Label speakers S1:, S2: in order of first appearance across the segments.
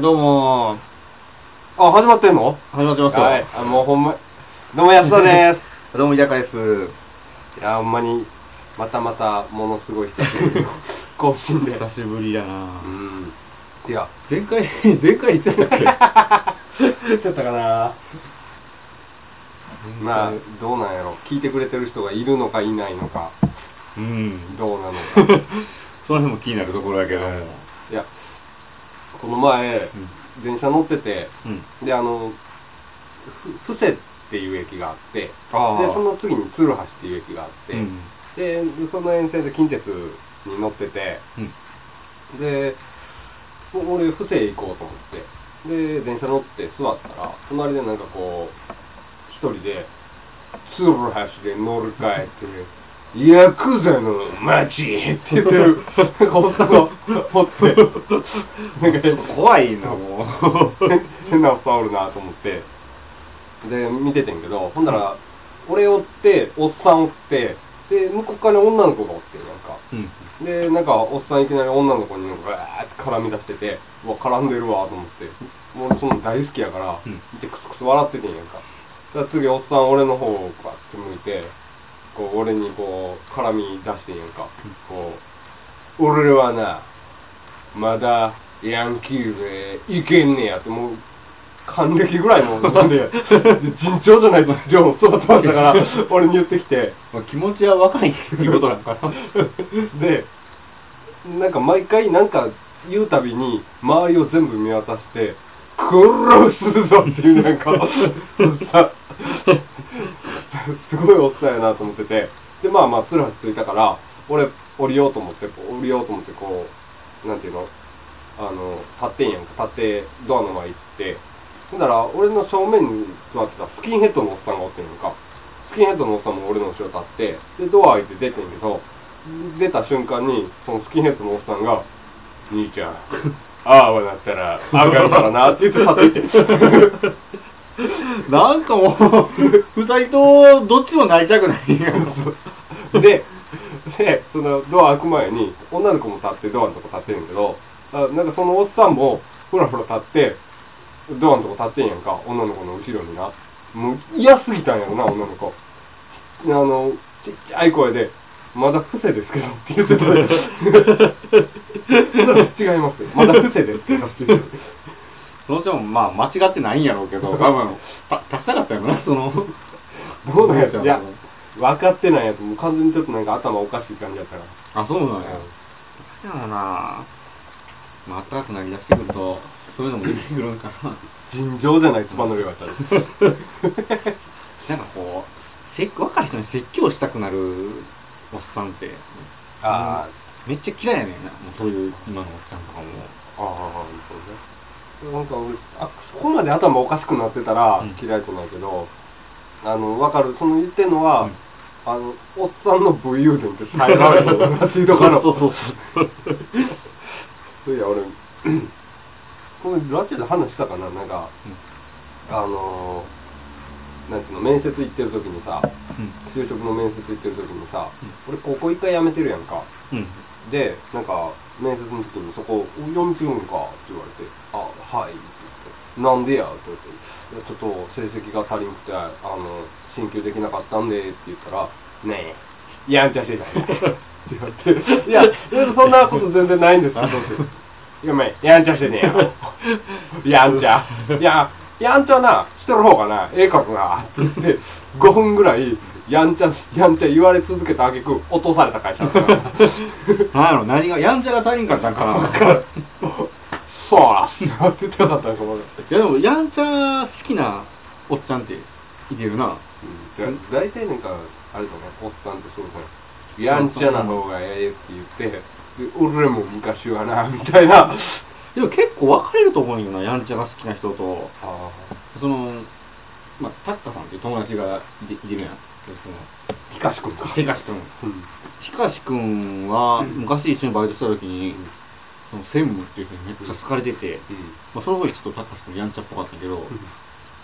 S1: どうもー
S2: あ、始まってんの
S1: 始まってますよ。
S2: はい。あ、もうほんま、どうも安田で す。
S1: どうも、日高です。
S2: いや、ほんまに、またまた、ものすごい久し ぶりの更新で。
S1: 久しぶりや
S2: う
S1: なぁ
S2: ん。いや、
S1: 前回、 前回いつやったっけ
S2: ちゃったかなまあ、どうなんやろ。聞いてくれてる人がいるのかいないのか、
S1: うん。
S2: どうなの
S1: その
S2: か。
S1: 辺も気になるところやけども。
S2: いや、この前、電車乗ってて、
S1: うん。うん。
S2: で、あの、ふ布施っていう駅があって、で、
S1: あー
S2: その次に鶴橋っていう駅があって、
S1: うん。
S2: で、その沿線で近鉄に乗ってて、
S1: うん。
S2: で、もう俺、布施行こうと思って、で、電車乗って座ったら、隣でなんかこう、一人で、ツール橋で乗り換えて、ヤクザの街って言ってる、なんかおっさんがおって、なんか
S1: ちょっと怖いな、もう。
S2: 変なおっさんおるなと思って、で、見ててんけど、ほんだら、俺おって、おっさんおって、で、向こうから女の子がおって、なんか。
S1: うん。
S2: で、なんか、おっさんいきなり女の子に、わーって絡み出してて、うわ、絡んでるわ、と思って。もう俺その大好きやから、
S1: うん
S2: 見てクスクス笑っててんやんか。だから次、おっさん俺の方をバッて向いて、こう、俺にこう、絡み出してんやんか。こう、俺らはな、まだ、ヤンキーで、いけんねやって、もう、還暦ぐらいの、なん で、尋常じゃない量も育ってましたから、俺に言ってきて、
S1: まあ気持ちは若い っていうことなんか な。
S2: でなんか毎回なんか言うたびに周りを全部見渡して殺すぞってい うなんかおっさんすごいおっさんやなと思っててでまあまあ鶴橋着いたから俺降りようと思ってこう降りようと思ってこうなんていうのあの立ってんやんか立ってドアの前行ってほんなら俺の正面に座ってたスキンヘッドのおっさんがおってんやんかスキンヘッドのおっさんも俺の後ろ立ってでドア開いて出てんけど出た瞬間にそのスキンヘッドのおっさんが「兄ちゃんああはなったら あかんか らな」って言って去っていって
S1: なんかもう、二人と、どっちも泣いちゃくないやん
S2: ででそのドア開く前に女の子も立ってドアのとこ立ってんやけどあなんかそのおっさんもふらふら立ってドアのとこ立ってんやんか女の子の後ろになもう嫌すぎたんやろな女の子あのちっちゃい声で「まだ伏せですけど」って言ってた違いますまだ伏せですけどって言ってた
S1: その人もまあ間違ってないんやろうけど、多分、た、足したかったよな、その。
S2: どうなんや
S1: ちゃ
S2: いや分かってないやつもう完全にちょっとなんか頭おかしい感じやったから
S1: あ、そうなんや。だからなまあ、暖かくなりだしてくると、そういうのも出てくるんかな。
S2: 尋常じゃないつばの量や ったで
S1: なんかこう、せ若い人に説教したくなるおっさんって、
S2: あ
S1: めっちゃ嫌いやねんな、もうそういう今のおっさんとかも。
S2: あああそうねなんか俺あそこまで頭おかしくなってたら
S1: うん
S2: 嫌いじゃないけど、あの分かるその言ってんのは、
S1: うん
S2: あのおっさんの武勇伝って耐えられへんよなっていうところ
S1: そうそうそう。
S2: そういや、俺、 このラジオで話したかな、なんか、あのー、なんていうの、面接行ってる時にさ、就職の面接行ってる時にさ、俺、高校一回辞めてるやんか。
S1: うん。うん。
S2: で、なんか、面接の時に、そこ、読み切るんかって言われて、あ、はい、って言って、なんでやって言われて、ちょっと成績が足りんくて、あの、進級できなかったんで、って言ったら、ねえ、やんちゃしてたんやって言われて、いや、そんなこと全然ないんですけど、ってごめん、やんちゃしてね えや。やんちゃ。いや、やんちゃな、してる方がな、ええからな、って言って、5分ぐらい、やんちゃ、やんちゃ言われ続けた挙句落とされた会社だったから。
S1: なんやろ、何が、やんちゃが足りんかったんかな。
S2: そうなってなってたかったんかもね。
S1: いやでも、やんちゃ好きなおっちゃんって、いてるな。
S2: だ大体なんか、あれだね、おっさんってそうだね。やんちゃな方がええって言って、で俺も昔はな、みたいな。
S1: でも結構分かれると思うんよな、やんちゃが好きな人と。その、まあ、タッカさんっていう友達がいていてるやん。その
S2: ひかしくんか。
S1: ひかしくん。
S2: うん。
S1: ひかしくんは、昔一緒にバイトした時に、その専務っていう人にめっちゃ好かれてて、
S2: うん。
S1: まあ、その時ちょっとタッカしくんやんちゃっぽかったけど、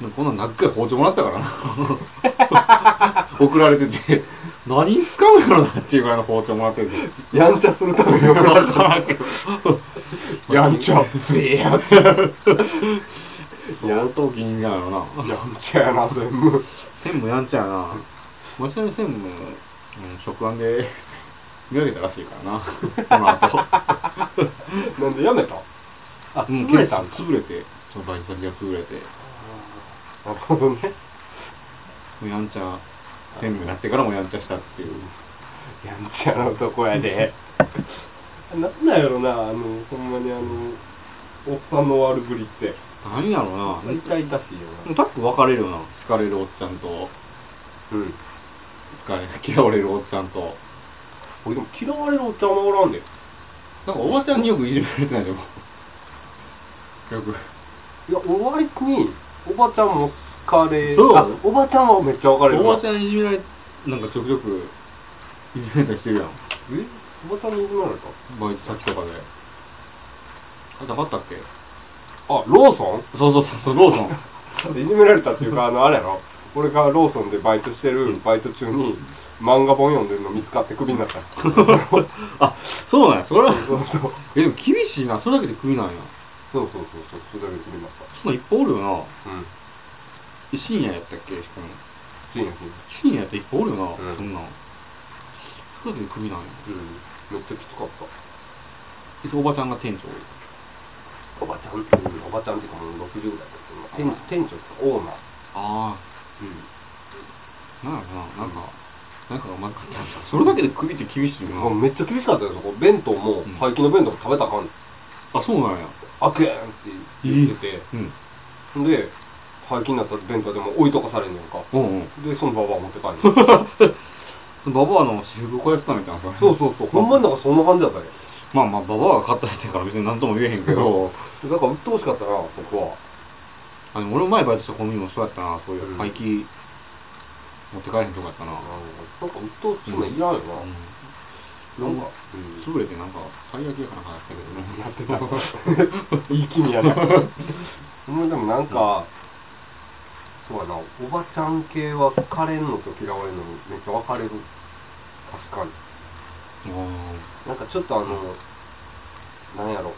S1: なんかこんなん長い包丁もらったからな 送られてて何に使うんやろなっていうぐらいの包丁もらってて
S2: やんちゃするために送られたなって やんち ゃ
S1: せえやって 相当気に入らんやろな
S2: やんちゃやな全部
S1: 専務やんちゃやな町田専務、うん、職安で 見上げたらしいからなその後
S2: なんでやめたあ
S1: うん
S2: 潰れたんだ
S1: 潰れてそのバイト先が潰れて
S2: なるほどね
S1: もうやんちゃ専務になってからもやんちゃしたっていう
S2: やんちゃな男やでなんなんやろなあのほんまにあのおっさんの悪ぶりって
S1: 何やろな
S2: 痛々しいよな
S1: タック分かれるよな好かれるおっちゃんと
S2: うん
S1: 好かれ嫌われるおっちゃんと
S2: 俺でも嫌われるおっちゃんはおらんで
S1: なんかおばちゃんによくいじめられてないでもよく
S2: いや俺割におばちゃんも好かれ
S1: そう
S2: あおばちゃんはめっちゃ分かれる
S1: お
S2: わ
S1: ばちゃんにいじめられなんかちょくちょくいじめたりしてるやん
S2: えおばちゃんにいじめられた
S1: バイト先とかであなかったっけ
S2: あローソン
S1: そうそうそうそうローソン
S2: いじめられたっていうか、あの、あれやろ、俺がローソンでバイトしてるバイト中に、漫画本読んでるの見つかってクビにな った。
S1: あそうなんやそれは
S2: そうそう。
S1: えでも厳しいなそれだけで食いなんや
S2: そうそうそうそう、それだけクビになった。
S1: そんなんいっぱいおるよな
S2: うん。
S1: 深夜やったっけしかも
S2: 深夜深
S1: 深夜やったらいっぱいおるよな、
S2: うん
S1: そんなんそれだけでクビなんや
S2: 夜。うん。めっちゃきつかった。
S1: えそうおばちゃんが店長
S2: おばちゃん、うん、おばちゃんっていうかもう60ぐらいだけど、店店長とかオーナー。
S1: あ
S2: う
S1: あなん
S2: ん。
S1: やろななんかなんかがまずかったんだそれだけでクビって厳しいよな、
S2: めっちゃ厳しかったよ、そこ。弁当も
S1: うん、
S2: 廃棄の弁当も食べたらあかんねん。
S1: あそうなんや
S2: あけんって言ってて。
S1: うん
S2: で、廃棄になった弁当でも置いとかされんねんか。
S1: うん うん
S2: で、そのババア持って帰んねん。
S1: そのババアの私服をやってたみたいな
S2: そうそうそう、ほんまになんかそんな感じだったね。
S1: まあまあババアが買ったやつやから別に何とも言えへんけど
S2: だから、鬱陶しかったな、そこは。
S1: あでも俺も前バイトしたコンビニもそうやったなそういううん廃棄持って帰れへんとかやったな、
S2: なんか、鬱陶しいのいらんよな。なんか、うん。
S1: 潰れてなんか最悪やかなんかやったけどね
S2: やってた。 いい気味やな。ほんまでもなんか、そうやな、おばちゃん系は好かれんのと嫌われんのめっちゃ分かれる。確かに。
S1: あ
S2: なんかちょっとあの、なんやろ、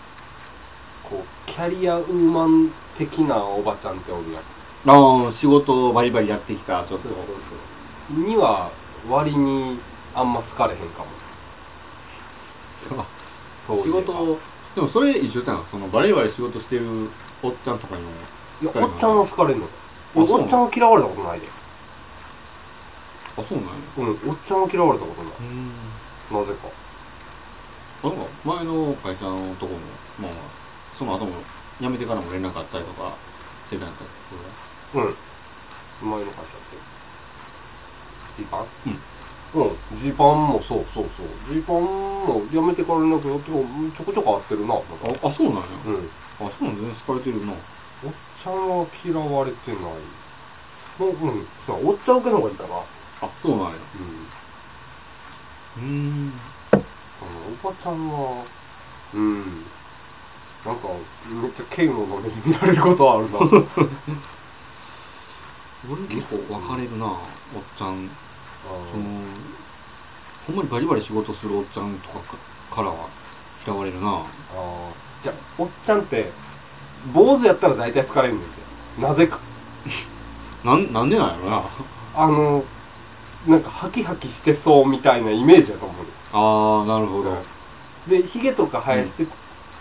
S2: こう、キャリアウーマン的なおばちゃんっておるや
S1: ー
S2: ん。
S1: あー仕事をバリバリやってきたちょっと
S2: そうそうそうには割にあんま好かれへんかもそう
S1: 仕
S2: いえば
S1: 事をでもそれ一緒じゃんそのバリバリ仕事してるおっちゃんとかにも
S2: いやおっちゃんは好かれんの
S1: そうなの
S2: おっちゃんは嫌われたことないで
S1: あそうなんや
S2: うんおっちゃんは嫌われたことな
S1: う
S2: い
S1: ん
S2: なぜか
S1: なんか前の会社のとこもまあまあその後も辞めてからも連絡あったりとかしてたんやったっけど
S2: うん前の会社ってジーパン
S1: うん
S2: うんジーパンもそうそうそうジーパンも辞めてからなくよってもちょこちょこ合ってるなまだ
S1: ああそうなんや、
S2: う
S1: あ
S2: ん
S1: そうなん全然好かれてるな
S2: おっちゃんは嫌われてないもううんそうおっちゃん受けの方がいいかな
S1: あそうなんや
S2: うん
S1: うー ん
S2: うんおばちゃんは、うん、なんか、めっちゃ剣を飲みになれることはあ るな。
S1: 俺結構分かれるなおっちゃんその
S2: あ
S1: ほんまにバリバリ仕事するおっちゃんとかからは嫌われる な
S2: あーじゃあ、おっちゃんって、坊主やったら大体好かれんねんて。なぜか。
S1: なんなんでなんやろな
S2: あの、なんかハキハキしてそうみたいなイメージやと思うねん
S1: ああなるほど、
S2: で、ヒゲとか生やして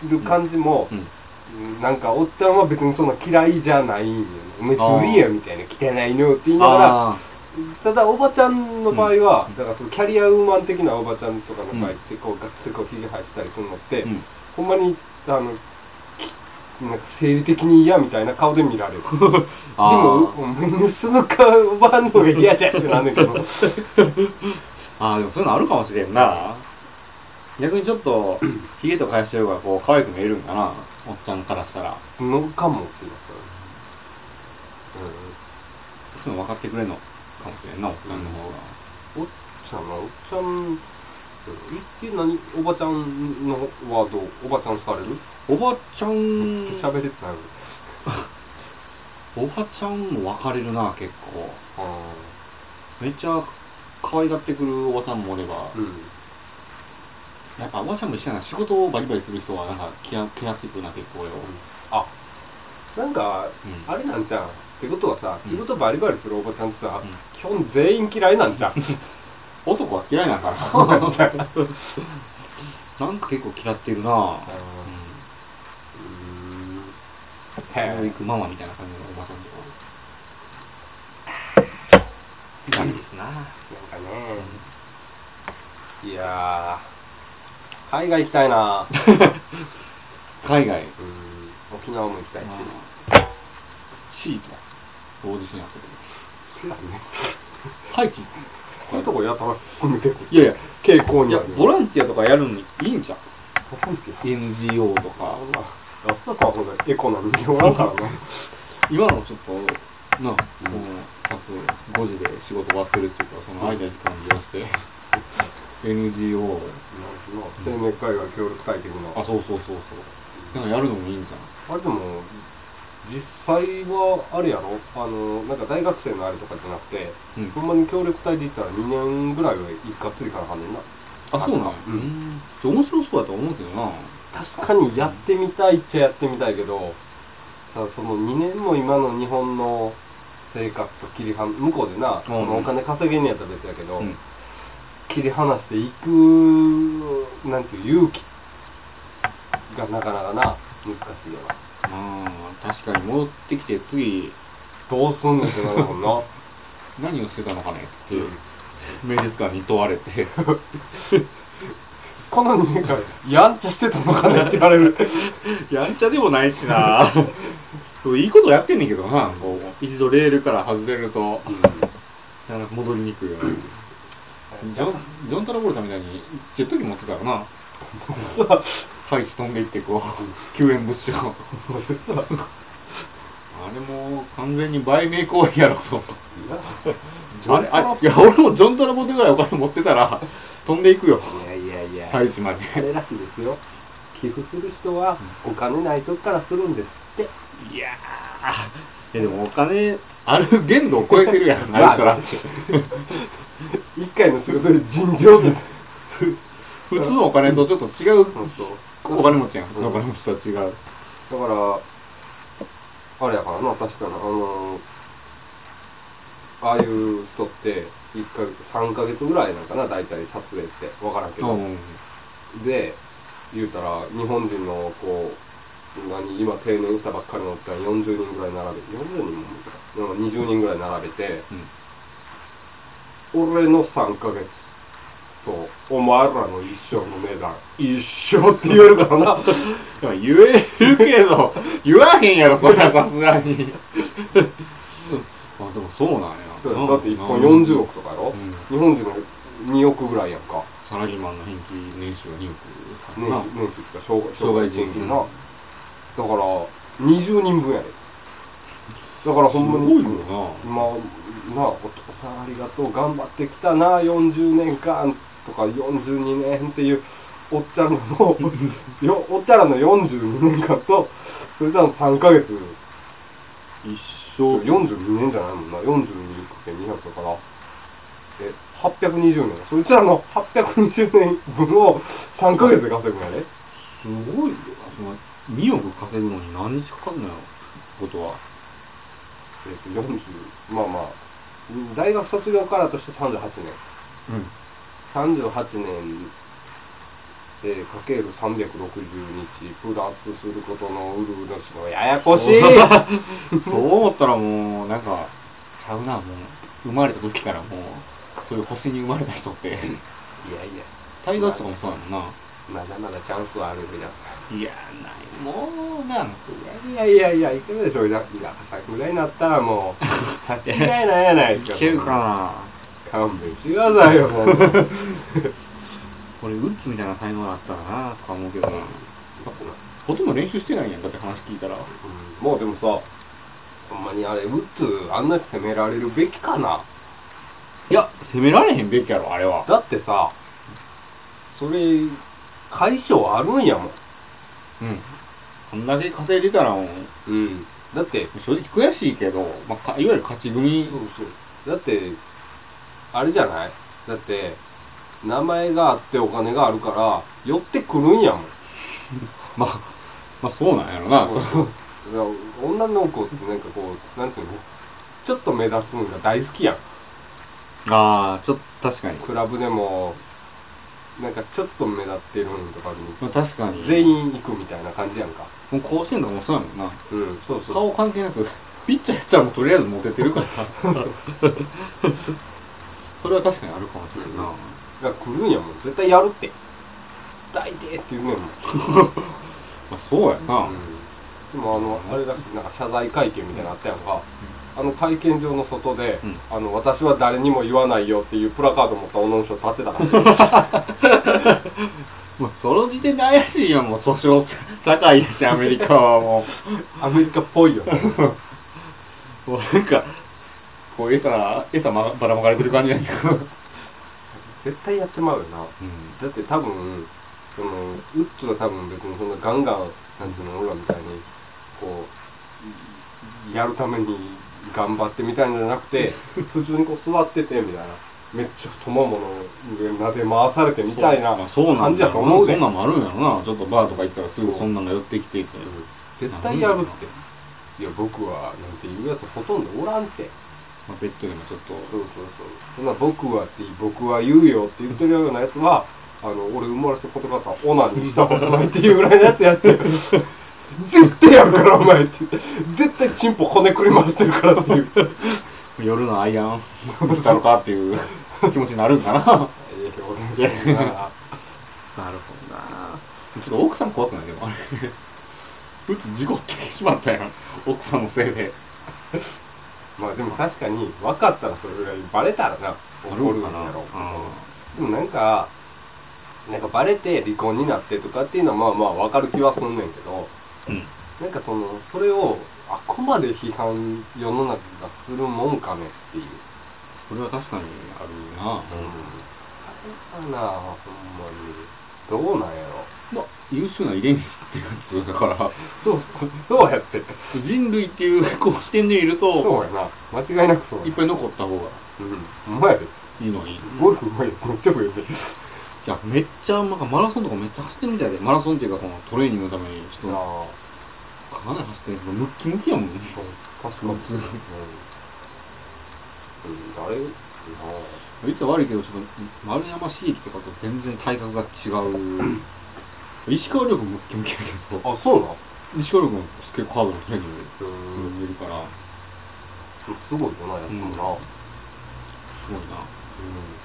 S2: る感じも
S1: う、ん、
S2: うんなんかおっちゃんは別にそんな嫌いじゃないんよね。お前ずるいやみたいな、汚いのって言いながら、
S1: あ
S2: ただおばちゃんの場合は、
S1: うん
S2: だからそのキャリアウーマン的なおばちゃんとかの会ってこう、がっつりこうひげ生やしたりするのって、
S1: ーうん
S2: ほんまにあのきなんか生理的に嫌みたいな顔で見 られるでも
S1: あー
S2: お前娘かおばあんの方が嫌じゃんってなんだ けど
S1: あーでもそういうのあるかもしれんな逆にちょっとヒゲとか生やしてる方がこう可愛く見えるんかなおっちゃんからしたら
S2: のかもって言いますよね
S1: そういうの分かってくれんのかもしれんなおっちゃんの方が、
S2: うんおっちゃんはおっちゃんうんえ何おばちゃんのワードおばちゃん好かれる
S1: おばちゃん
S2: 喋れてない
S1: おばちゃんも別れるな結構
S2: あ
S1: めっちゃ可愛がってくるおばさんもおれば、
S2: あうん
S1: やっぱおばちゃんも一緒やな仕事をバリバリする人はなんか気や気やすくな結構よ、
S2: あなんか、
S1: うん
S2: あれなんじゃんってことはさ
S1: うん
S2: 仕事バリバリするおばちゃんってさ、
S1: うん
S2: 基本全員嫌いなんじゃん
S1: 男は嫌いなんかな
S2: なんじゃん
S1: なんか結構嫌ってるなぁ、
S2: あう
S1: う
S2: ん
S1: ん、教
S2: へえ
S1: 育ママみたいな感じのおばさんとかダメですな
S2: なんかね、いやー海外行きたいな
S1: 海外
S2: うん沖縄も行きたいし、
S1: シート大地震やったけど
S2: そうだ ね
S1: ハイチ
S2: こういうとこやたら含めて
S1: いやいや
S2: 傾向に
S1: いやボランティアとかやるのにいいんじゃん
S2: ボランティア
S1: NGO とか
S2: 安坂はほらエコな人形だからね
S1: 今のちょっとな
S2: うん
S1: この多分5時で仕事終わってるっていうかその間時間利用して NGO を
S2: 青年会が協力会的な
S1: あそうそうそうそうなんかやるのもいいんじゃん
S2: あれでも実際はあれやろあのなんか大学生のあれとかじゃなくて、
S1: うん
S2: ほんまに協力隊で言ったら2年ぐらいはがっつりからはんねんな
S1: あそうなんや
S2: う
S1: うんん面白そうやと思うけどな
S2: 確かにやってみたいっちゃやってみたいけどただその2年も今の日本の生活と切り離向こうでな、そのお金稼げんねやったら別やけど、
S1: うん
S2: 切り離していくなんていう勇気がなかなかな難しいよな
S1: ああ確かに戻ってきて次
S2: どうすんねんってなるもんな
S1: 何をしてたのかねって
S2: うん
S1: 面接官に問われて
S2: この2年間やんちゃし てたのかねって言われる
S1: やんちゃでもないしなそういいことやってんねんけどなこう一度レールから外れるとなんか戻りにくいよねジョンジョン・トラボルタみたいにジェット機持ってたらな
S2: さ
S1: ハイチ飛んでいってこう救援物資を
S2: 俺さ
S1: あれも完全に売名行為やろと
S2: い
S1: あれあれいや俺もジョン・トラボルタぐらいお金持ってたら飛んでいくよ
S2: やいやいや
S1: ハイチまで
S2: あれらしいですよ寄付する人はお金ないとこからするんですって
S1: いやーえでもお金ある限度を超えてるやんあいつら
S2: 一回の仕事で尋常です
S1: 普通のお金とちょっと違うお金持ちやん普通の
S2: そう
S1: お金持ちとは違う
S2: だからあれやからな確かにあのーああいう人って一か3ヶ月ぐらいなんかな大体撮影って分からんけ
S1: う
S2: ど、
S1: ん
S2: で言うたら日本人のこう何今定年したばっかりのおっちゃん40人ぐらい並べて40人もいいかうん20人ぐらい並べて俺の3ヶ月とお前らの一生の値段一緒って言えるか らな
S1: でも言えるけど言わへんやろそれはさすがにあでもそうなんや
S2: そうやだって1本40億とかやろ、
S1: うん
S2: 日本人の2億ぐらいやんか
S1: サラリーマンの返金年収は2億
S2: 年収
S1: な
S2: 年収っていうか障害
S1: 障害
S2: 障害
S1: 人
S2: 金
S1: 金
S2: なだから20人分やでだからほんまに
S1: すごいよな
S2: まあなあお父さんありがとう頑張ってきたな40年間とか42年っていうおっち ゃんのよおっちゃらの42年間とそれじゃあ3ヶ月
S1: 一生
S2: 42年じゃないもんな 42×200 だからえ820年そいつらの820年分を3ヶ月で稼ぐんやで、
S1: すごいよなその2億稼ぐのに何日かかんのよことは
S2: えっと40まあまあうん大学卒業からとして38年
S1: うん
S2: 38年、えー、かける360日プラスすることのうるう年のややこし い
S1: そう思ったらもうなんかちゃうなもう生まれた時からもうそういう星に生まれた人って
S2: いやいや
S1: タイガースとかもそうやもんな
S2: まだまだチャンスはあるみた
S1: いやないもう なん
S2: いないやいやいやいけるでしょいやいやさぐらいになったらもうさっきぐらいなんやないですか
S1: いけるかな
S2: 勘弁してくださいよ もう
S1: これウッズみたいな才能あったらなとか思うけどなほとんど練習してないやんだって話聞いたら
S2: うんもうでもさほんまにあれウッズあんなに責められるべきかない
S1: や責められへんべきやろあれは
S2: だってさそれ解消あるんやもん
S1: うんこんだけ稼いでたらもう、
S2: うん。だって、
S1: 正直悔しいけど、まあ、かいわゆる勝ち組、
S2: そうそう。だって、あれじゃないだって、名前があってお金があるから、寄ってくるんやもん。
S1: まあ、まあそうなんやろな。
S2: そうだから 女の子ってなんかこう、なんていうのちょっと目立つのが大好きやん。
S1: ああ、ちょっと確かに。
S2: クラブでも、なんかちょっと目立ってるのとかに、
S1: まあ、確かに。
S2: 全。員行くみたいな感じやんか。
S1: もう甲子園とかもそうやもんな。
S2: うん、そうそう。
S1: 顔関係なく、ピッチャーやったらもうとりあえずモテてるから。 それは確かにあるかもしれんな。
S2: が来るんやもん。絶対やるって。大抵って言うねんもん。
S1: ま あそうやな。
S2: でもあの、あれだしい、なんか謝罪会見みたいなのあったやんか。あの会見場の外で、
S1: うん
S2: あの私は誰にも言わないよっていうプラカード持った女の人立ってたからね
S1: まあその時点で怪しいやん、もう訴訟高いし、アメリカはも
S2: アメリカっぽい よね
S1: う。もうなんか、こう餌、餌まばらまかれてる感じやんか。
S2: 絶対やってまうよな
S1: うん。
S2: だって多分そのウッドが多分別にそんなガンガンなんていうの俺らみたいにこうやるために頑張ってみたいなんじゃな くて普通にこう座っててみたいなめっちゃ太ももの上なで回されてみたいな
S1: まあそうなん
S2: 感じ
S1: だ
S2: や
S1: ろ
S2: と思う
S1: なそ
S2: で、
S1: んなんもあるんやろな。ちょっとバーとか行ったらすぐそんなんが寄ってきてて。
S2: 絶対やるっていや僕はなんて言うやつほとんどおらんって
S1: まあ、ベッドでもちょ っと。
S2: そうそうそうそんな僕はって僕は言うよって言ってるようなやつはあの俺生まれたことがさオナにしたことないっていうぐらいのやつやって絶対やるからお前って絶対チンポこねくり回してるからっていう
S1: 夜のアイアン、どうしたのかっていう気持ちになるんかな。
S2: いや俺もそんな
S1: なるほどなちょっと奥さん怖くないでもあれ。うつ事故ってしまったやん。奥さんのせいで。
S2: まあでも確かに分かったらそれぐらいバレたらな怒るんだろうでもなんか、なんかバレて離婚になってとかっていうのはまあまあわかる気はすんねんけど、
S1: うん。
S2: なんかその、それを、あここまで批判世の中がするもんかねっていう。
S1: それは確かにあるな
S2: あれかなほんまに。どうなんやろ。
S1: まあ、優秀な遺伝子っていうやつだから、
S2: そう、そうやって。
S1: 人類っていうこう視点で見ると、
S2: そうやな。間違いなくそうや
S1: いっぱい残った方が
S2: うん。うまいで。
S1: いいのに。
S2: ゴルフうまいやつめっちゃ増えてる。
S1: いや、めっちゃ、なんかマラソンとかめっちゃ走ってるみたいで、マラソンっていうか、このトレーニングのために、ちょっ
S2: あ
S1: と、かなり走ってるけど、ムッキムキやもん。
S2: あ、確かに。うん。
S1: 普通
S2: うん、誰な
S1: 言って悪いけど、ちょっと、丸山茂樹とかと全然体格が違う。石川遼君ムッキムキやけど、
S2: あ、そうなん
S1: 石川遼君結構ハードなトレーニングで
S2: う
S1: 見え
S2: ん
S1: るから、
S2: すごいよな、やっぱな。
S1: うんすごいな。
S2: う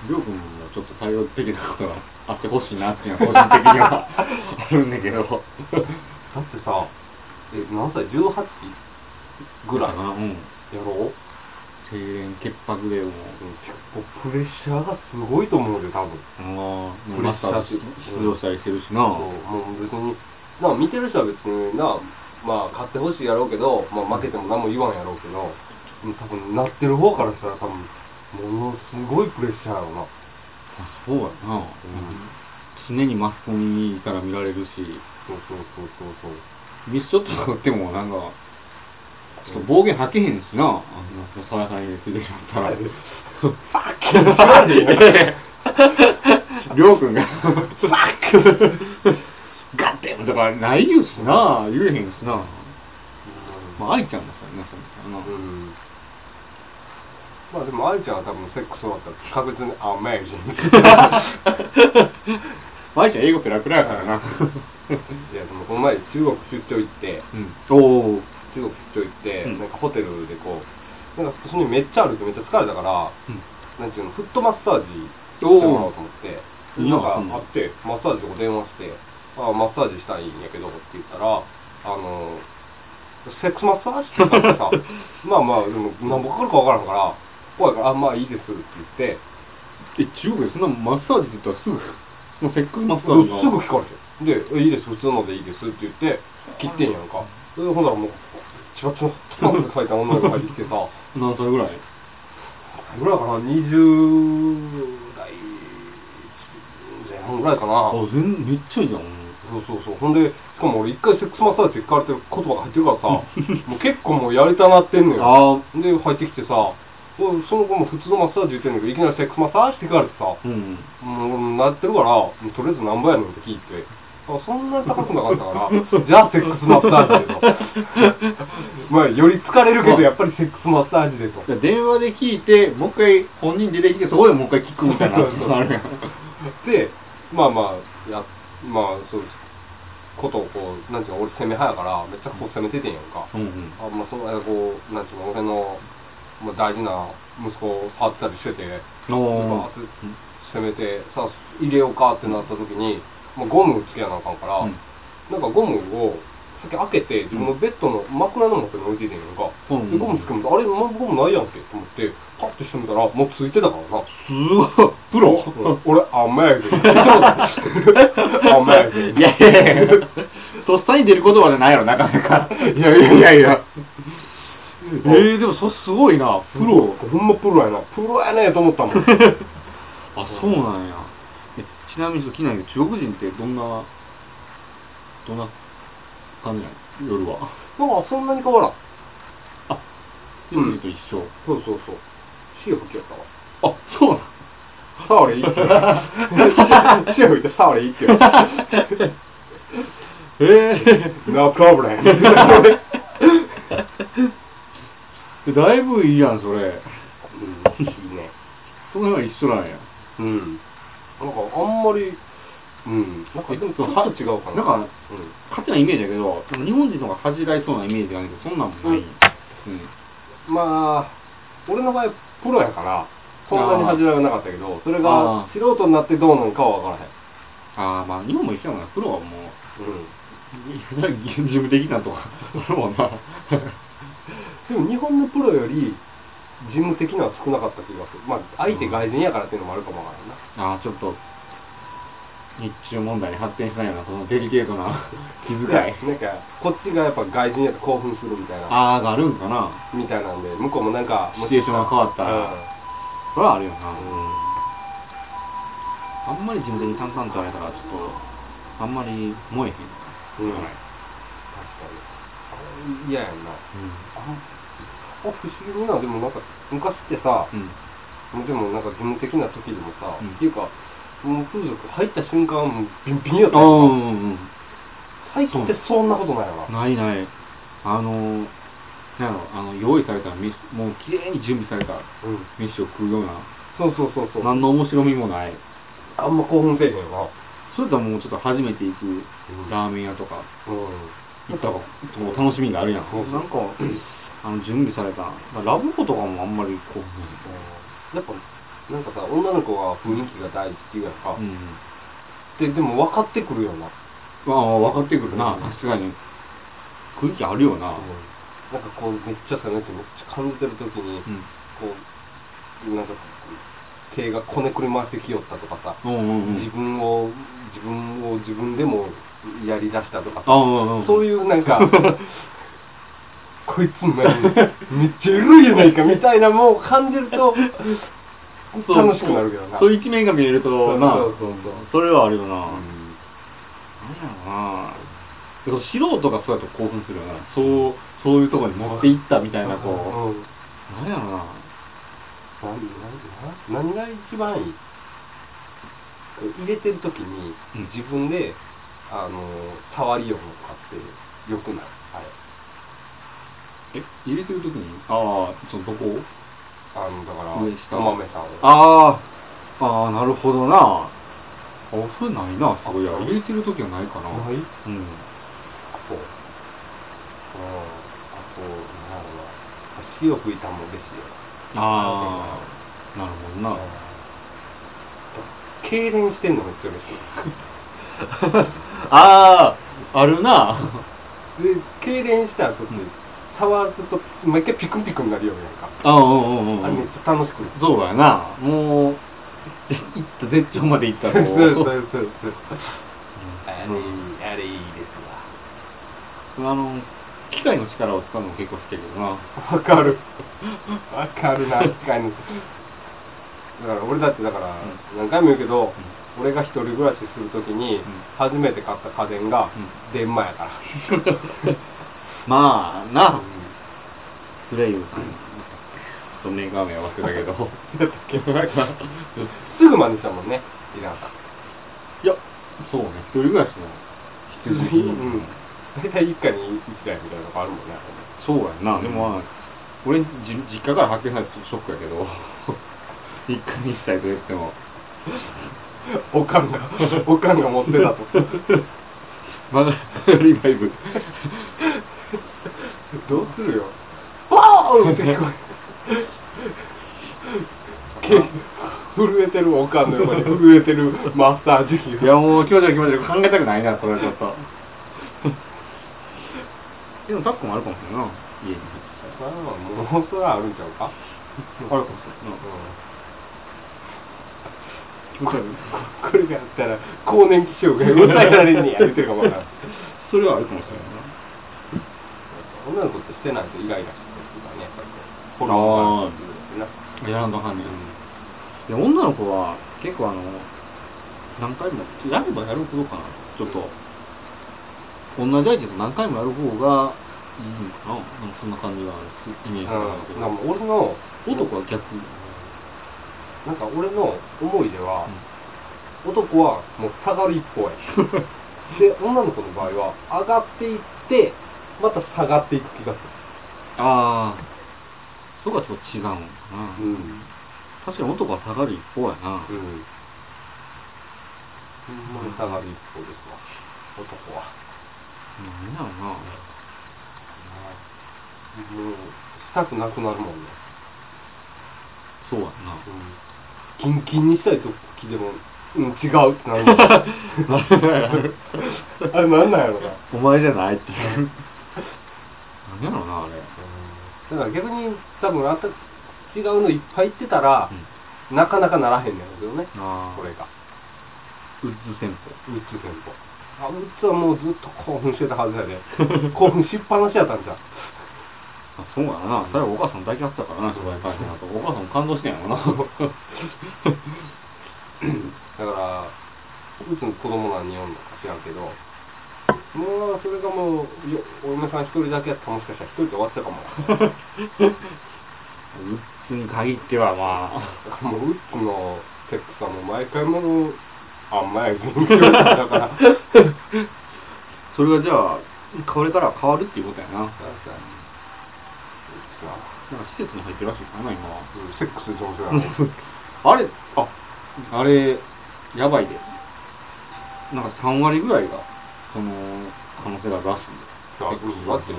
S1: りょうくんもちょっと対応できたことがあってほしいなっていうのは個人的には あるんだけ ど。
S2: んだってさ、え、何歳 ?18 ぐらい
S1: かなうん。
S2: やろう、
S1: 清廉潔白でもう、
S2: 結構プレッシャーがすごいと思うで、多
S1: あ
S2: 分。
S1: の
S2: プレ
S1: マ
S2: ッ
S1: ス
S2: シ
S1: タ
S2: ャー
S1: ー
S2: し
S1: ズ出場したりしてるしな。
S2: そうもう別に、な見てる人は別にな、まあ、勝ってほしいやろうけど、まあ、負けても何も言わんやろうけど、でも多分、なってる方からしたら多分、ものすごいプレッシャーやろうな。
S1: まあそうやな、常にマスコミから見られるし、
S2: そうそうそうそうそう。
S1: ミスショットとか打ってもなんか、ちょっと暴言吐けへんしな。あんなさやかについてしまったら。
S2: ファッキンマジ
S1: りょうくんが、ファック ガッテンとかないよしな、言えへんしな。まあ、愛ちゃんもそうやな、そうやな。
S2: うん。まあでも、愛ちゃんは多分、セックス終わったら確実に、アメージ ング。
S1: 愛ちゃん英語ペラペラやからな。
S2: いや、でもこの前、中国出張行って、
S1: うん。おー。
S2: 中国出張行って、
S1: うん
S2: なんかホテルでこう、なんか普通にめっちゃ歩いてめっちゃ疲れたから、
S1: うん
S2: なんていうの、フットマッサージしてもらおうと思って、
S1: おー
S2: なん
S1: いいな
S2: かあって、マッサージとか電話して、あマッサージしたいんやけどって言ったら、あの、セックスマッサージって言った らさ、まあまあ、でも何ぼかかるかわからんから、怖いから、あ、まあいいですって言って、
S1: え、中国でそんなマッサージって言ったらすぐ、そのセックスマッ
S2: す
S1: サ
S2: ぐ
S1: ージが。
S2: 聞かれて。で、えいいです、普通のでいいですって言って、切ってんやんか。でほんならもう、チバチバ、チバって書いた女の子が入ってきてさ、
S1: 何歳ぐらい
S2: ぐらいかな、20代前半ぐらいかな。
S1: あ、全めっちゃいいじゃん。
S2: そうそうそうほんでしかも俺一回セックスマッサージって聞かれてる言葉が入ってるからさもう結構もうやれたなってんのよ
S1: ああ
S2: で入ってきてさおその子も普通のマッサージ言ってんだけどいきなりセックスマッサージって聞かれてさ
S1: うん
S2: もうなってるから、もうとりあえずなんぼやねんって聞いて、あそんなに高くなかったから、じゃあセックスマッサージでと。まあ、より疲れるけど、やっぱりセックスマッサージでと。
S1: 電話で聞いてもう一回本人出てきてそこでもう一回聞くみたいな
S2: そうそうそう
S1: あるやん
S2: で、まあまあ、やまあ、そうです。ことをこう、なんていうの、俺攻め派やから、めっちゃこう攻めててんやんか。
S1: うんうん
S2: あまあ、その間こう、なんていうの、俺の、まあ、大事な息子を触ってたりしてて、
S1: お
S2: バーって攻めて、さあ、入れようかってなった時に、まあ、ゴムつけやなあかんから、なんかゴムを先開けて自分のベッドの枕の元に置いててんやんか、
S1: うん
S2: でゴムつけもあれゴムないやんけと思ってパッとしてみたらもうついてたからな
S1: すごいプロ
S2: 俺甘 やけど 甘やけ
S1: いやいやいやとっさに出る言葉じゃないやろなかなかいやいやいやいやえー、でもそれすごいなプロ
S2: ほんまプロやなプロやねと思 ったもん
S1: あそうなんやえちなみにちょっと気になるけど中国人ってどんなどんな感じなの夜は
S2: なんかそんなに変わらん
S1: あ日本人と一緒、
S2: そうそうそう潮吹きやったわ
S1: あそうなん
S2: サオレいいって 潮吹いてサオレいいって
S1: え
S2: No problem
S1: えだいぶいいやんそれ
S2: うんいいね
S1: その辺は一緒なんや
S2: うん。なんかあんまり、うん。なんかでもちょっと違うかな。
S1: なんか
S2: うん。
S1: 勝手なイメージだけど日本人の方が恥じらいそうなイメージがあるけどそんなんもない、
S2: う
S1: うんん
S2: まあ、俺の場合、プロやから、そんなに恥じらいはなかったけど、それが
S1: あー
S2: 素人になってどうなのかは分からへん。
S1: ああまあ日本も一緒やもんなプロはもう
S2: う
S1: い
S2: ん。
S1: や事務的なとかあるもんな
S2: でも日本のプロより、事務的なは少なかった気がする。まあ、相手外人やからっていうのもあるかもわからんな。
S1: ああちょっと日中問題に発展しないようなそのデリケート な気遣い
S2: なんか、こっちがやっぱ外人やと興奮するみたいな、
S1: ああがあるんかな
S2: みたいなんで、向こうもなんか、
S1: シチュエーションが変わったら
S2: うん
S1: それはあるよな、
S2: ん
S1: あんまり事務的に淡々とあれたからちょっとあんまり燃えへん
S2: うん
S1: はい
S2: 確かに。あれ嫌やんな。
S1: うん
S2: あ、不思議な、でもなんか、昔ってさ、
S1: うん
S2: でもなんか義務的な時でもさ、
S1: うん
S2: っていうか、もう風俗入った瞬間、もうビンビンやった
S1: ああ
S2: や
S1: う
S2: ん
S1: ん
S2: か
S1: うん
S2: 最近ってそんなことないよな。
S1: うんないないあのーなんやろあの用意された飯もう綺麗に準備された
S2: うん。
S1: 飯を食うような
S2: そうそうそうそう。
S1: 何の面白みもない
S2: あんま興奮せえへんよな。
S1: それとはもうちょっと初めて行く
S2: うん
S1: ラーメン屋とか
S2: うん。
S1: 行ったらその楽しみがあるやん
S2: そうそう
S1: なんかあの準備された、まあ、ラブホとかもあんまりこう
S2: やっぱ、なんかさ、女の子が雰囲気が大事っていうやんか。
S1: うん、うん、
S2: で、でも分かってくるよな。
S1: まあ分かってくるな確かに空気あるよな
S2: なんかこう、めっちゃさ、なんかめっちゃ感じてる時に、
S1: うん
S2: こう、なんか、手がこねくり回してきよったとかさ、
S1: うんうんう
S2: 自
S1: ん
S2: 分を、自分を自分でもやりだしたとか
S1: あ
S2: さ、
S1: うんうん
S2: そうい うなんか、こいつめめっちゃエロいやないかみたいなもう感じると、
S1: そう
S2: 楽しくなるけどな。
S1: そう
S2: う
S1: いう一面が見えるとな
S2: そうそうそう
S1: それはあるよな、
S2: ん
S1: なんやろなでも素人がそうやと興奮するよなそうそういうとこに持っていったみたいなこう、
S2: うん
S1: なんやろな
S2: なんなん何が一番いいこう入れてる時に
S1: うん
S2: 自分で、あの触りようのかってよくないあれ
S1: え入れてる時にああそのどこを
S2: あのだから
S1: 上下
S2: お豆さんを
S1: ああ、ああ、なるほどな。あ、それないな、そういや。入れてる時はないかな。
S2: ない
S1: うん。
S2: あとうんあとなんやろな潮吹いたもんですよ
S1: ああ、なるほどな。
S2: 痙攣してんのめっちゃ嬉しい
S1: ああ、あるな。
S2: で痙攣した後って、
S1: うん
S2: 触ると毎回ピクンピクンなるようになるか、
S1: あうんうんうん
S2: あれ
S1: う
S2: めっ
S1: ん。
S2: ちゃ楽しくなる
S1: そうやな。もう、いった、絶頂まで行ったらもう。
S2: そうそうそうそう
S1: うん
S2: あれいいです
S1: あの、機械の力を使うのも結構好きやけどな。
S2: わ。わかる。わかるな、機械の。だから俺だってだから、何回も言うけど、俺が一人暮らしするときに
S1: ん
S2: 初めて買った家電が
S1: う
S2: 電マやから、
S1: まあな、それは許さん。ちょっとメーカー名忘れた けど。
S2: すぐ真似したもんねイランさん
S1: いや、そうね、一人暮らしの必需品。
S2: うん大体一家に一台みたいなのがあるもんね
S1: そうやんな、でもまあ、俺んじ、実家から発見されてちょっとショックやけど、 一家に一台と言っても、
S2: おかんがおかんが持ってたと
S1: まだリバイブ。
S2: どうするよわー って聞こえけ震えてるおかんの横に震えてるマッサージ機
S1: いやもう気持ち悪い気持ち悪い、考えたくないな、それはちょっと。でもタックもあるかもしれんな、家に。
S2: まあもうそらあるんちゃう
S1: あ
S2: か
S1: るかもしれんな。気持ち悪い。
S2: これがあったら更年期障害抑えられんねや言ってるかもわからん
S1: それはあるかもしれんな。
S2: 女の子ってしてないとイライラしてるからねやっぱりこうホルモンが出るんですよね
S1: やらんとあかんねん。いや女の子は結構あの何回もやればやるほどかなちょっと同じ相手と何回もやる方がいいのかななんかそんな感じがすイメージがあるけ
S2: うん、なんか
S1: ど
S2: 俺の
S1: 男は逆
S2: なんか俺の思いでは、男はもう下がる一方やで女の子の場合は上がっていってまた下がっていく気がす
S1: ああそこはちょっと違うのかな、
S2: るうん
S1: 確かに男は下がる一方やな、
S2: うんほんまに下がる一方ですわ男は
S1: なんやろな
S2: もうしたくなくなるもんね、
S1: そうや
S2: キンキンにしたい時でも、うん、違うってな るもんあれなんなんやろな
S1: なお前じゃないっていう何やろなあれ
S2: だから逆に多分あんた違うのいっぱい言ってたら、なかなかならへんねんけどね
S1: ああ
S2: これが
S1: ウッズ戦法
S2: ウッズ戦法あウッズはもうずっと興奮してたはずやで 興奮しっぱなしやったんじゃん
S1: あそうやな、それはお母さん抱き合ってたからな、商売会社のと。お母さんも感動してんやろな。
S2: だからうちの子供何人おんのか知らんけどもうそれがもうよお嫁さん一人だけやったらもしかしたら一人で終わってたかも
S1: うっつに限ってはま
S2: だからもううちのセックスはもう毎回もうあんまやけどだから
S1: あ、 それがじゃあ、これからは変わるっていうことやな。なんか施設に入ってるらしいからな、今は。
S2: うんセックス上手なの
S1: あれ、あ、あれ、やばいで。なんか3割ぐらいが、その、可能性があるらしいん
S2: だって
S1: で。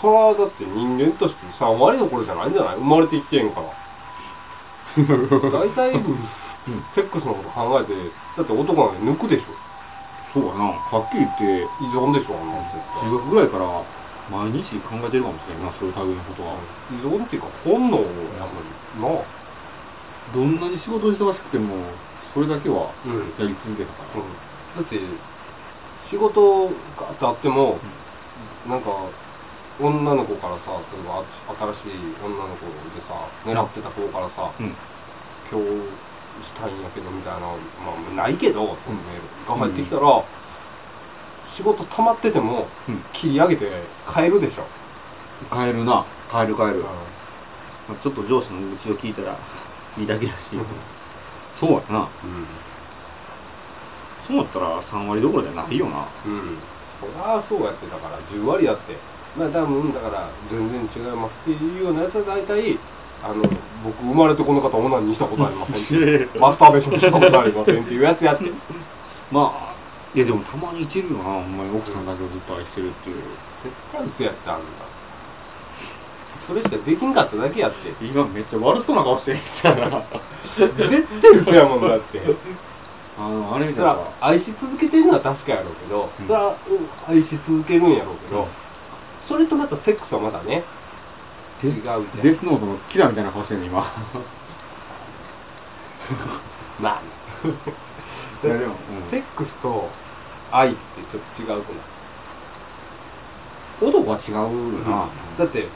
S2: それはだって人間として3割の頃じゃないんじゃない生まれてきてん から 大体、セックスのこと考えてだって男なんて抜くでしょ
S1: そうやな、はっきり言って、
S2: 依存でしょあんなんて
S1: 中学ぐらいから毎日考えてるかもしれんな、そういう類のことは。
S2: 依存っていうか本能やもんな
S1: どんなに仕事忙しくても、それだけは
S2: うん、うん、
S1: やり続けたから。
S2: だって仕事があってあっても、なんか女の子からさ例えばあ新しい女の子でさ狙ってた子からさ、
S1: うん
S2: 今日したいんやけどみたいな、まあ、ないけど、そのメールが入ってきたら、仕事溜まってても、
S1: うん
S2: 切り上げて帰るでしょ、
S1: 変えるな、変える変え
S2: う
S1: る。まあちょっと上司の愚痴を聞いたら、いいだけだし。そうやな。
S2: ん
S1: そうだったら3割どころじゃないよな。
S2: うん、そりゃあそうやってだから10割やってまあ多分だから全然違いますっていうようなやつは大体あの僕生まれてこの方オナニーしたことありませんっていう マスターベーションしたことありませんっていうやつやって絶
S1: まあ、いやでもたまにいけるよな、ほんまに奥さんだけをずっと愛してるっていう。
S2: 対嘘やってあるんだそれしかできんかっただけやって
S1: 今めっちゃ悪そうな顔してるみたいな。
S2: 絶対嘘やもんだって
S1: あの、あれ
S2: そ
S1: みた
S2: り
S1: いな。
S2: ゃ愛し続けてるのは確かやろうけど、
S1: うん
S2: そりゃうん愛し続けるんやろうけど、
S1: うん
S2: それとまたセックスはまたね違うじゃん
S1: デデスノートのキラーみたいな顔してるの今。
S2: まあ、
S1: いやでもうん
S2: セックスと愛ってちょっと違うくない、
S1: 男は違うよな。
S2: だって、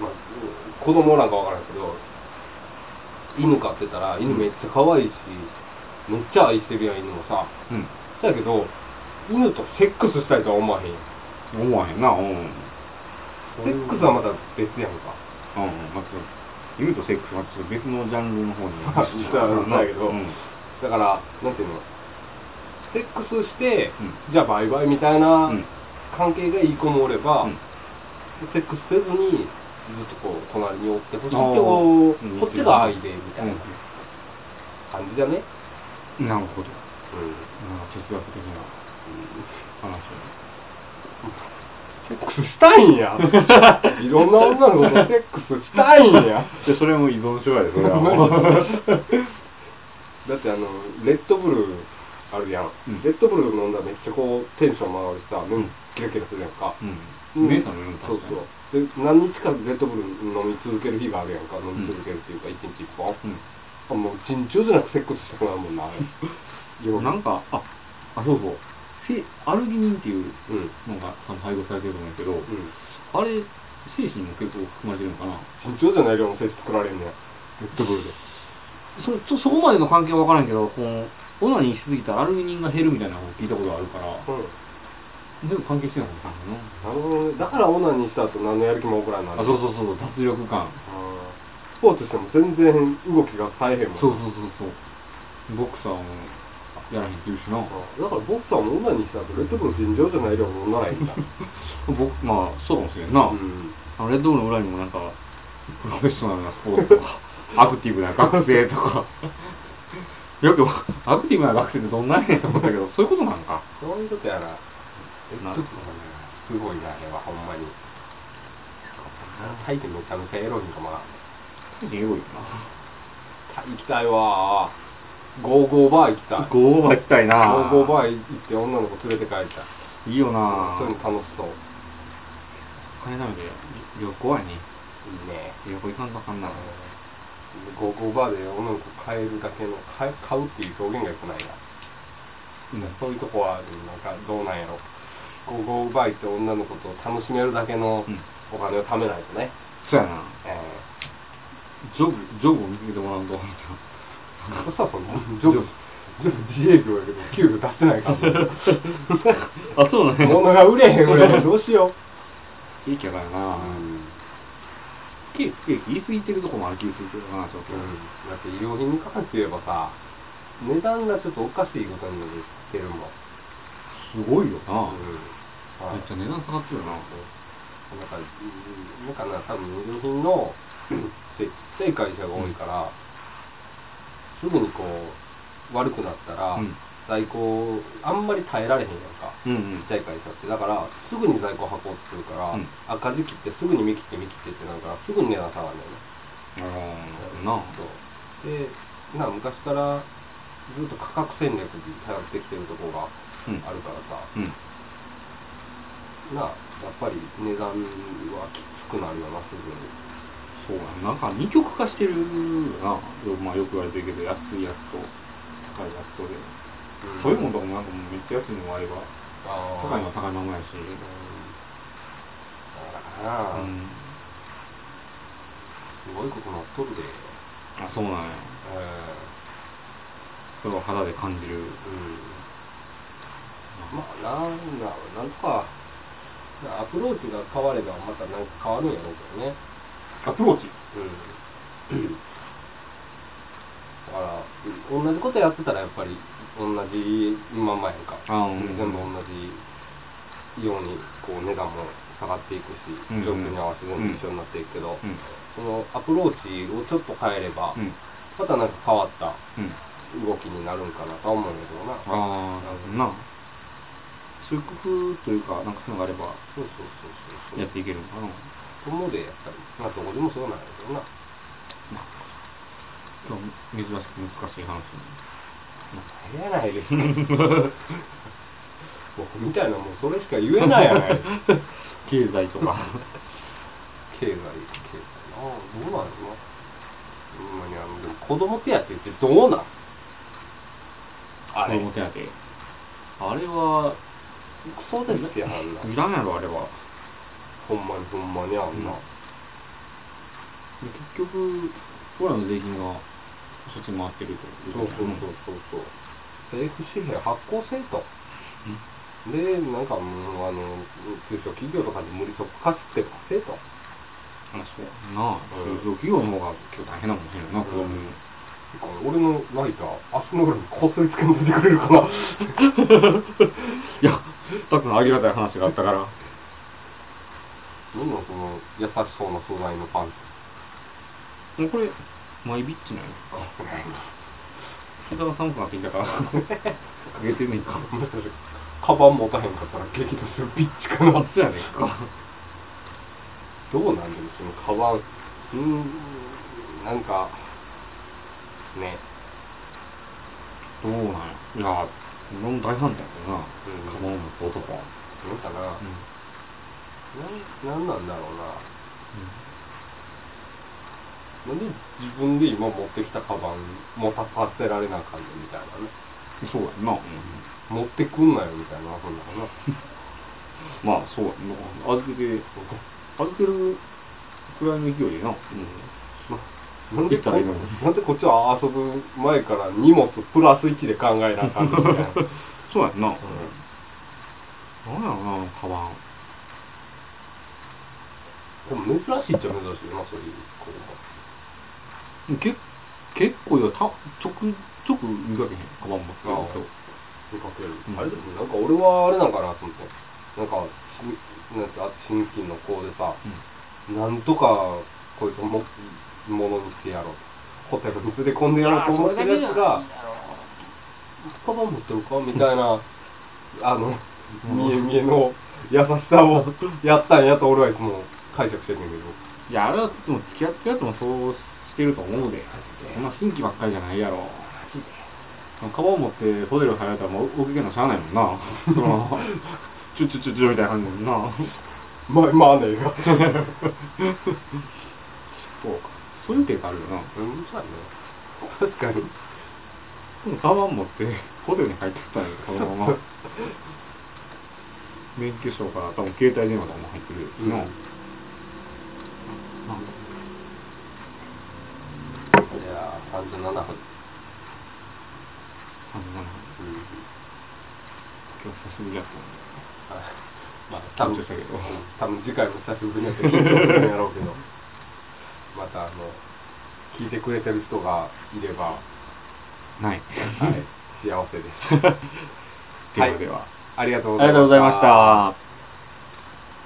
S2: まあ、子供なんかわからんけど犬飼ってたら犬めっちゃ可愛いし、めっちゃ愛してるやん、犬もさ。
S1: うん。
S2: だけど、犬とセックスしたいとは思わへんやん。
S1: 思わへんな、うん。うん、
S2: セックスはまた別やんか。
S1: まあ、ちょっと犬とセックスはちょっと別のジャンルの 方に。
S2: そうなんだけど
S1: うん。
S2: だから、なんていうの、セックスして、
S1: う
S2: じゃあバイバイみたいな
S1: うん
S2: 関係がいい子もおれば、
S1: うん
S2: セックスせずに、ずっとこう、隣におってほしいけど、
S1: あー
S2: こ
S1: うん
S2: っちが愛で、みたいな
S1: う
S2: 感じだね。
S1: ん。なるほど。
S2: うん
S1: なんか哲学的な話
S2: セックスしたいん や。いろんな女の子とセックスした いんや。
S1: で、それも依存症やで、そ れはもう。
S2: だってあの、レッドブルあるやん。
S1: うん
S2: レッドブル飲んだらめっちゃこう、テンションも上がるしさ、目もキラキラするやんか。
S1: うん。目覚めるんだ。
S2: そうそう。で、何日かレッドブル飲み続ける日があるやんか。飲み続けるっていうか、一日一本。
S1: うん。
S2: あもう、尋常じゃなくセックスしたくなるもんな、あ れ。よう
S1: なんか、あ、あ、そうそう。せアルギニンっていう
S2: うん。うん。
S1: のがあの配合されてると思うんやけど、あれ、精神も結構含まれてるのかな。
S2: 尋常じゃない量のセックス作られんねん。レッドブルで。
S1: そちょそこまでの関係は分からんけど、このオナニーしすぎたらアルギニンが減るみたいなのを聞いたことがあるから、
S2: うん。
S1: 全部関係してるのかな。
S2: なるほどね。だからオナニーした後何のやる気も起こらんな
S1: あ、そうそうそうそう、脱力感。
S2: あースポーツしても全然動きがさえへんもん。
S1: そうそうそうそう。ボクサーもやらへんって言うしな。
S2: あーだからボクサーも女にした後、レッドブル尋常じゃない量も飲ま ないんだ。
S1: 僕まあ、そうかもしれんな。
S2: うん。
S1: あのレッドブルの裏にもなんか、プロフェッショナルなスポーツと か、アクティブな学生とか、 よく、アクティブな学生ってどんなんやと思ったけど、そういうことなんか。
S2: そういうことやな。え
S1: な
S2: ちょっとすごいな、あれはほんまに。タイでめちゃめちゃエロいんかもな。
S1: エロいよ
S2: タイ行きたいわー。ゴーゴーバー行きたい。
S1: な。ゴーバー行きたいな
S2: ゴーゴーバー行って女の子連れて帰りたい。
S1: いいよな
S2: そういうの楽しそう。
S1: お金なので、旅行やね。
S2: いいね。
S1: 旅行行かんとあかんな。
S2: ゴーゴーバーで女の子買えるだけの買え買うっていう表現が良くないな、そういうとこはなんかどうなんやろゴーゴーバー行って女の子と楽しめるだけの
S1: うん
S2: お金を貯めないとね、
S1: そうやな。
S2: え
S1: ジョブ、ジョブを見つけてもらうと。
S2: ー、そしたらそのジョブジョブ自営業やけど給料出してないから
S1: あ、そうなんや。
S2: 物が売れへん売れへんどうしよ
S1: いいキャラや
S2: う、
S1: なケーキ、ケーキ言い過ぎてるとこもある気がするけどな、ちょっと。
S2: うんだって医療品に関して言えばさ値段がちょっとおかしいことになってるもん
S1: すごいよな。
S2: うんはい
S1: めっちゃ値段下がってるよな。
S2: なんか、うんなんかな、多分、輸入品のちっちゃい会社が多いから、すぐにこう、悪くなったら、
S1: うん
S2: 在庫、あんまり耐えられへんやんか、
S1: うんう
S2: ち
S1: ん
S2: っちゃい会社って。だから、すぐに在庫運ぼうとするから、
S1: うん
S2: 赤字切って、すぐに見切って見切ってってなるから、すぐに値段下がるんだよね。
S1: あのな
S2: そうで、な昔から、ずっと価格戦略に頼ってきてるところが
S1: うん
S2: あるからさ、
S1: うん
S2: なあやっぱり値段はきつくなるよなすぐに
S1: そうやななんか二極化してるよなよ,、まあ、よく言われてるけど安いやつと高いやつとで、そういうもんとかもなんかもうめっちゃ安いのもあれば
S2: あー
S1: 高いのは高いままやし、
S2: うんだから
S1: う
S2: なあ、
S1: ん、
S2: すごいことなっとるで
S1: あそうなんやそれを肌で感じる
S2: うん、うん、まあなんだろうなんとかなアプローチが変わればまたなんか変わるんやろうけどね
S1: アプローチ
S2: うんだから、同じことやってたらやっぱり同じまんまやんか、
S1: あーうん
S2: 全部同じようにこう値段も下がっていくし、
S1: うんうん
S2: 状況に合わせて全部一緒になっていくけ
S1: う
S2: ど、
S1: ん
S2: そのアプローチをちょっと変えれば、
S1: うん
S2: またなんか変わった
S1: うん
S2: 動きになるんかなとは思うんだけどな。
S1: ああなるほどなそういう工夫というかなんかそういうのがあれば
S2: そうそうそうそうそう。
S1: やっていけるのかな
S2: 友でやっぱり、まあどこでもそうなんだけどな。
S1: 今日珍しく難しい話
S2: ええやないですか 僕みたいなもうそれしか言えないや ないですか
S1: 経済とか
S2: 経済経済ああどうなんやろなほんまにあのでも子供手当ってどうなん あれ
S1: 子供手当あれは
S2: クソですやんあんない
S1: らんやろあれは
S2: ほんまにほんまにあんな、
S1: で結局俺らの税金がそっちに回ってるとい
S2: そうそうそうそうそう。政府紙幣発行せんと。で、なんかもう、あの、中小企業とかに無理そこ貸して貸せ
S1: あ
S2: と。
S1: そうやな中小企業の方が今日大変なもんねな子供に
S2: 俺のライター、足の裏にこすりつけに出てくれるかな。
S1: いやさっきのありがたい話があったから
S2: 何のその優しそうな素材のパン ツ。
S1: もうこれマイビッチなんや膝が寒くなってきたからかけてみいか
S2: カバン持たへんかったら激怒するビッチかな。
S1: 夏やねんか
S2: どうなんでもそのカバン、うーん、なんか、ね、
S1: どうなんやいや俺も大反対やけどな
S2: うん
S1: カバンを持つ男は
S2: どうかな。なん、なんなんだろうな。なんで自分で今持ってきたカバン持たさせられなあかんねんみたいなね。
S1: そうやんな、
S2: 持ってくんなよみたいな、そんなのな。
S1: まあそうやんな預けて預けるくらいの勢いでな、
S2: なんで
S1: 行った
S2: こ
S1: らいいのに
S2: なんでこっちは遊ぶ前から荷物プラス1で考 えなあかんねんみた いな。
S1: そうやんな、なんやろなカバン
S2: でも珍しいっちゃ珍しいな、そういう子が。
S1: け結構よたちょくちょく見かけへんカバン持ってる人
S2: 見かける。
S1: うん
S2: あれでもなんか俺はあれなんかなと思って。なんか、しなんか新規の子でさ、なんとかこいつをもものにしてやろうホテルに連れ込んでやろうと思ってるやつが、カバン持ってるかみたいな、あの、見え見えの優しさをやったんやと俺はいつも解釈してるんだけど。
S1: いやあれはでも付き合ってるやつもそうしてると思うでそんな新規ばっかりじゃないやろカバン持ってホテル入られたらもう動けんのしゃあないもんなその チュチュチュチュみたいな感じやもんな
S2: ま、マネーが。
S1: そうかそういうケースあるよな
S2: うん、そうやね。確かに。
S1: でもカバン持ってホテルに入ってったんやその まま免許証から多分携帯電話とかも入ってるしな、
S2: うん
S1: なんか
S2: いやー、37
S1: あ
S2: 分。
S1: のなんか
S2: うん
S1: 今日久しぶりやったんで
S2: はいまあ、
S1: 多
S2: 多
S1: 分
S2: 分
S1: でしたけど
S2: 多分次回も久しぶりにやって緊張するんやろうけど、またあの、聞いてくれてる人がいれば、は
S1: ない。
S2: い、幸せです。
S1: ではでは、
S2: ありがとう
S1: ありがとうございました。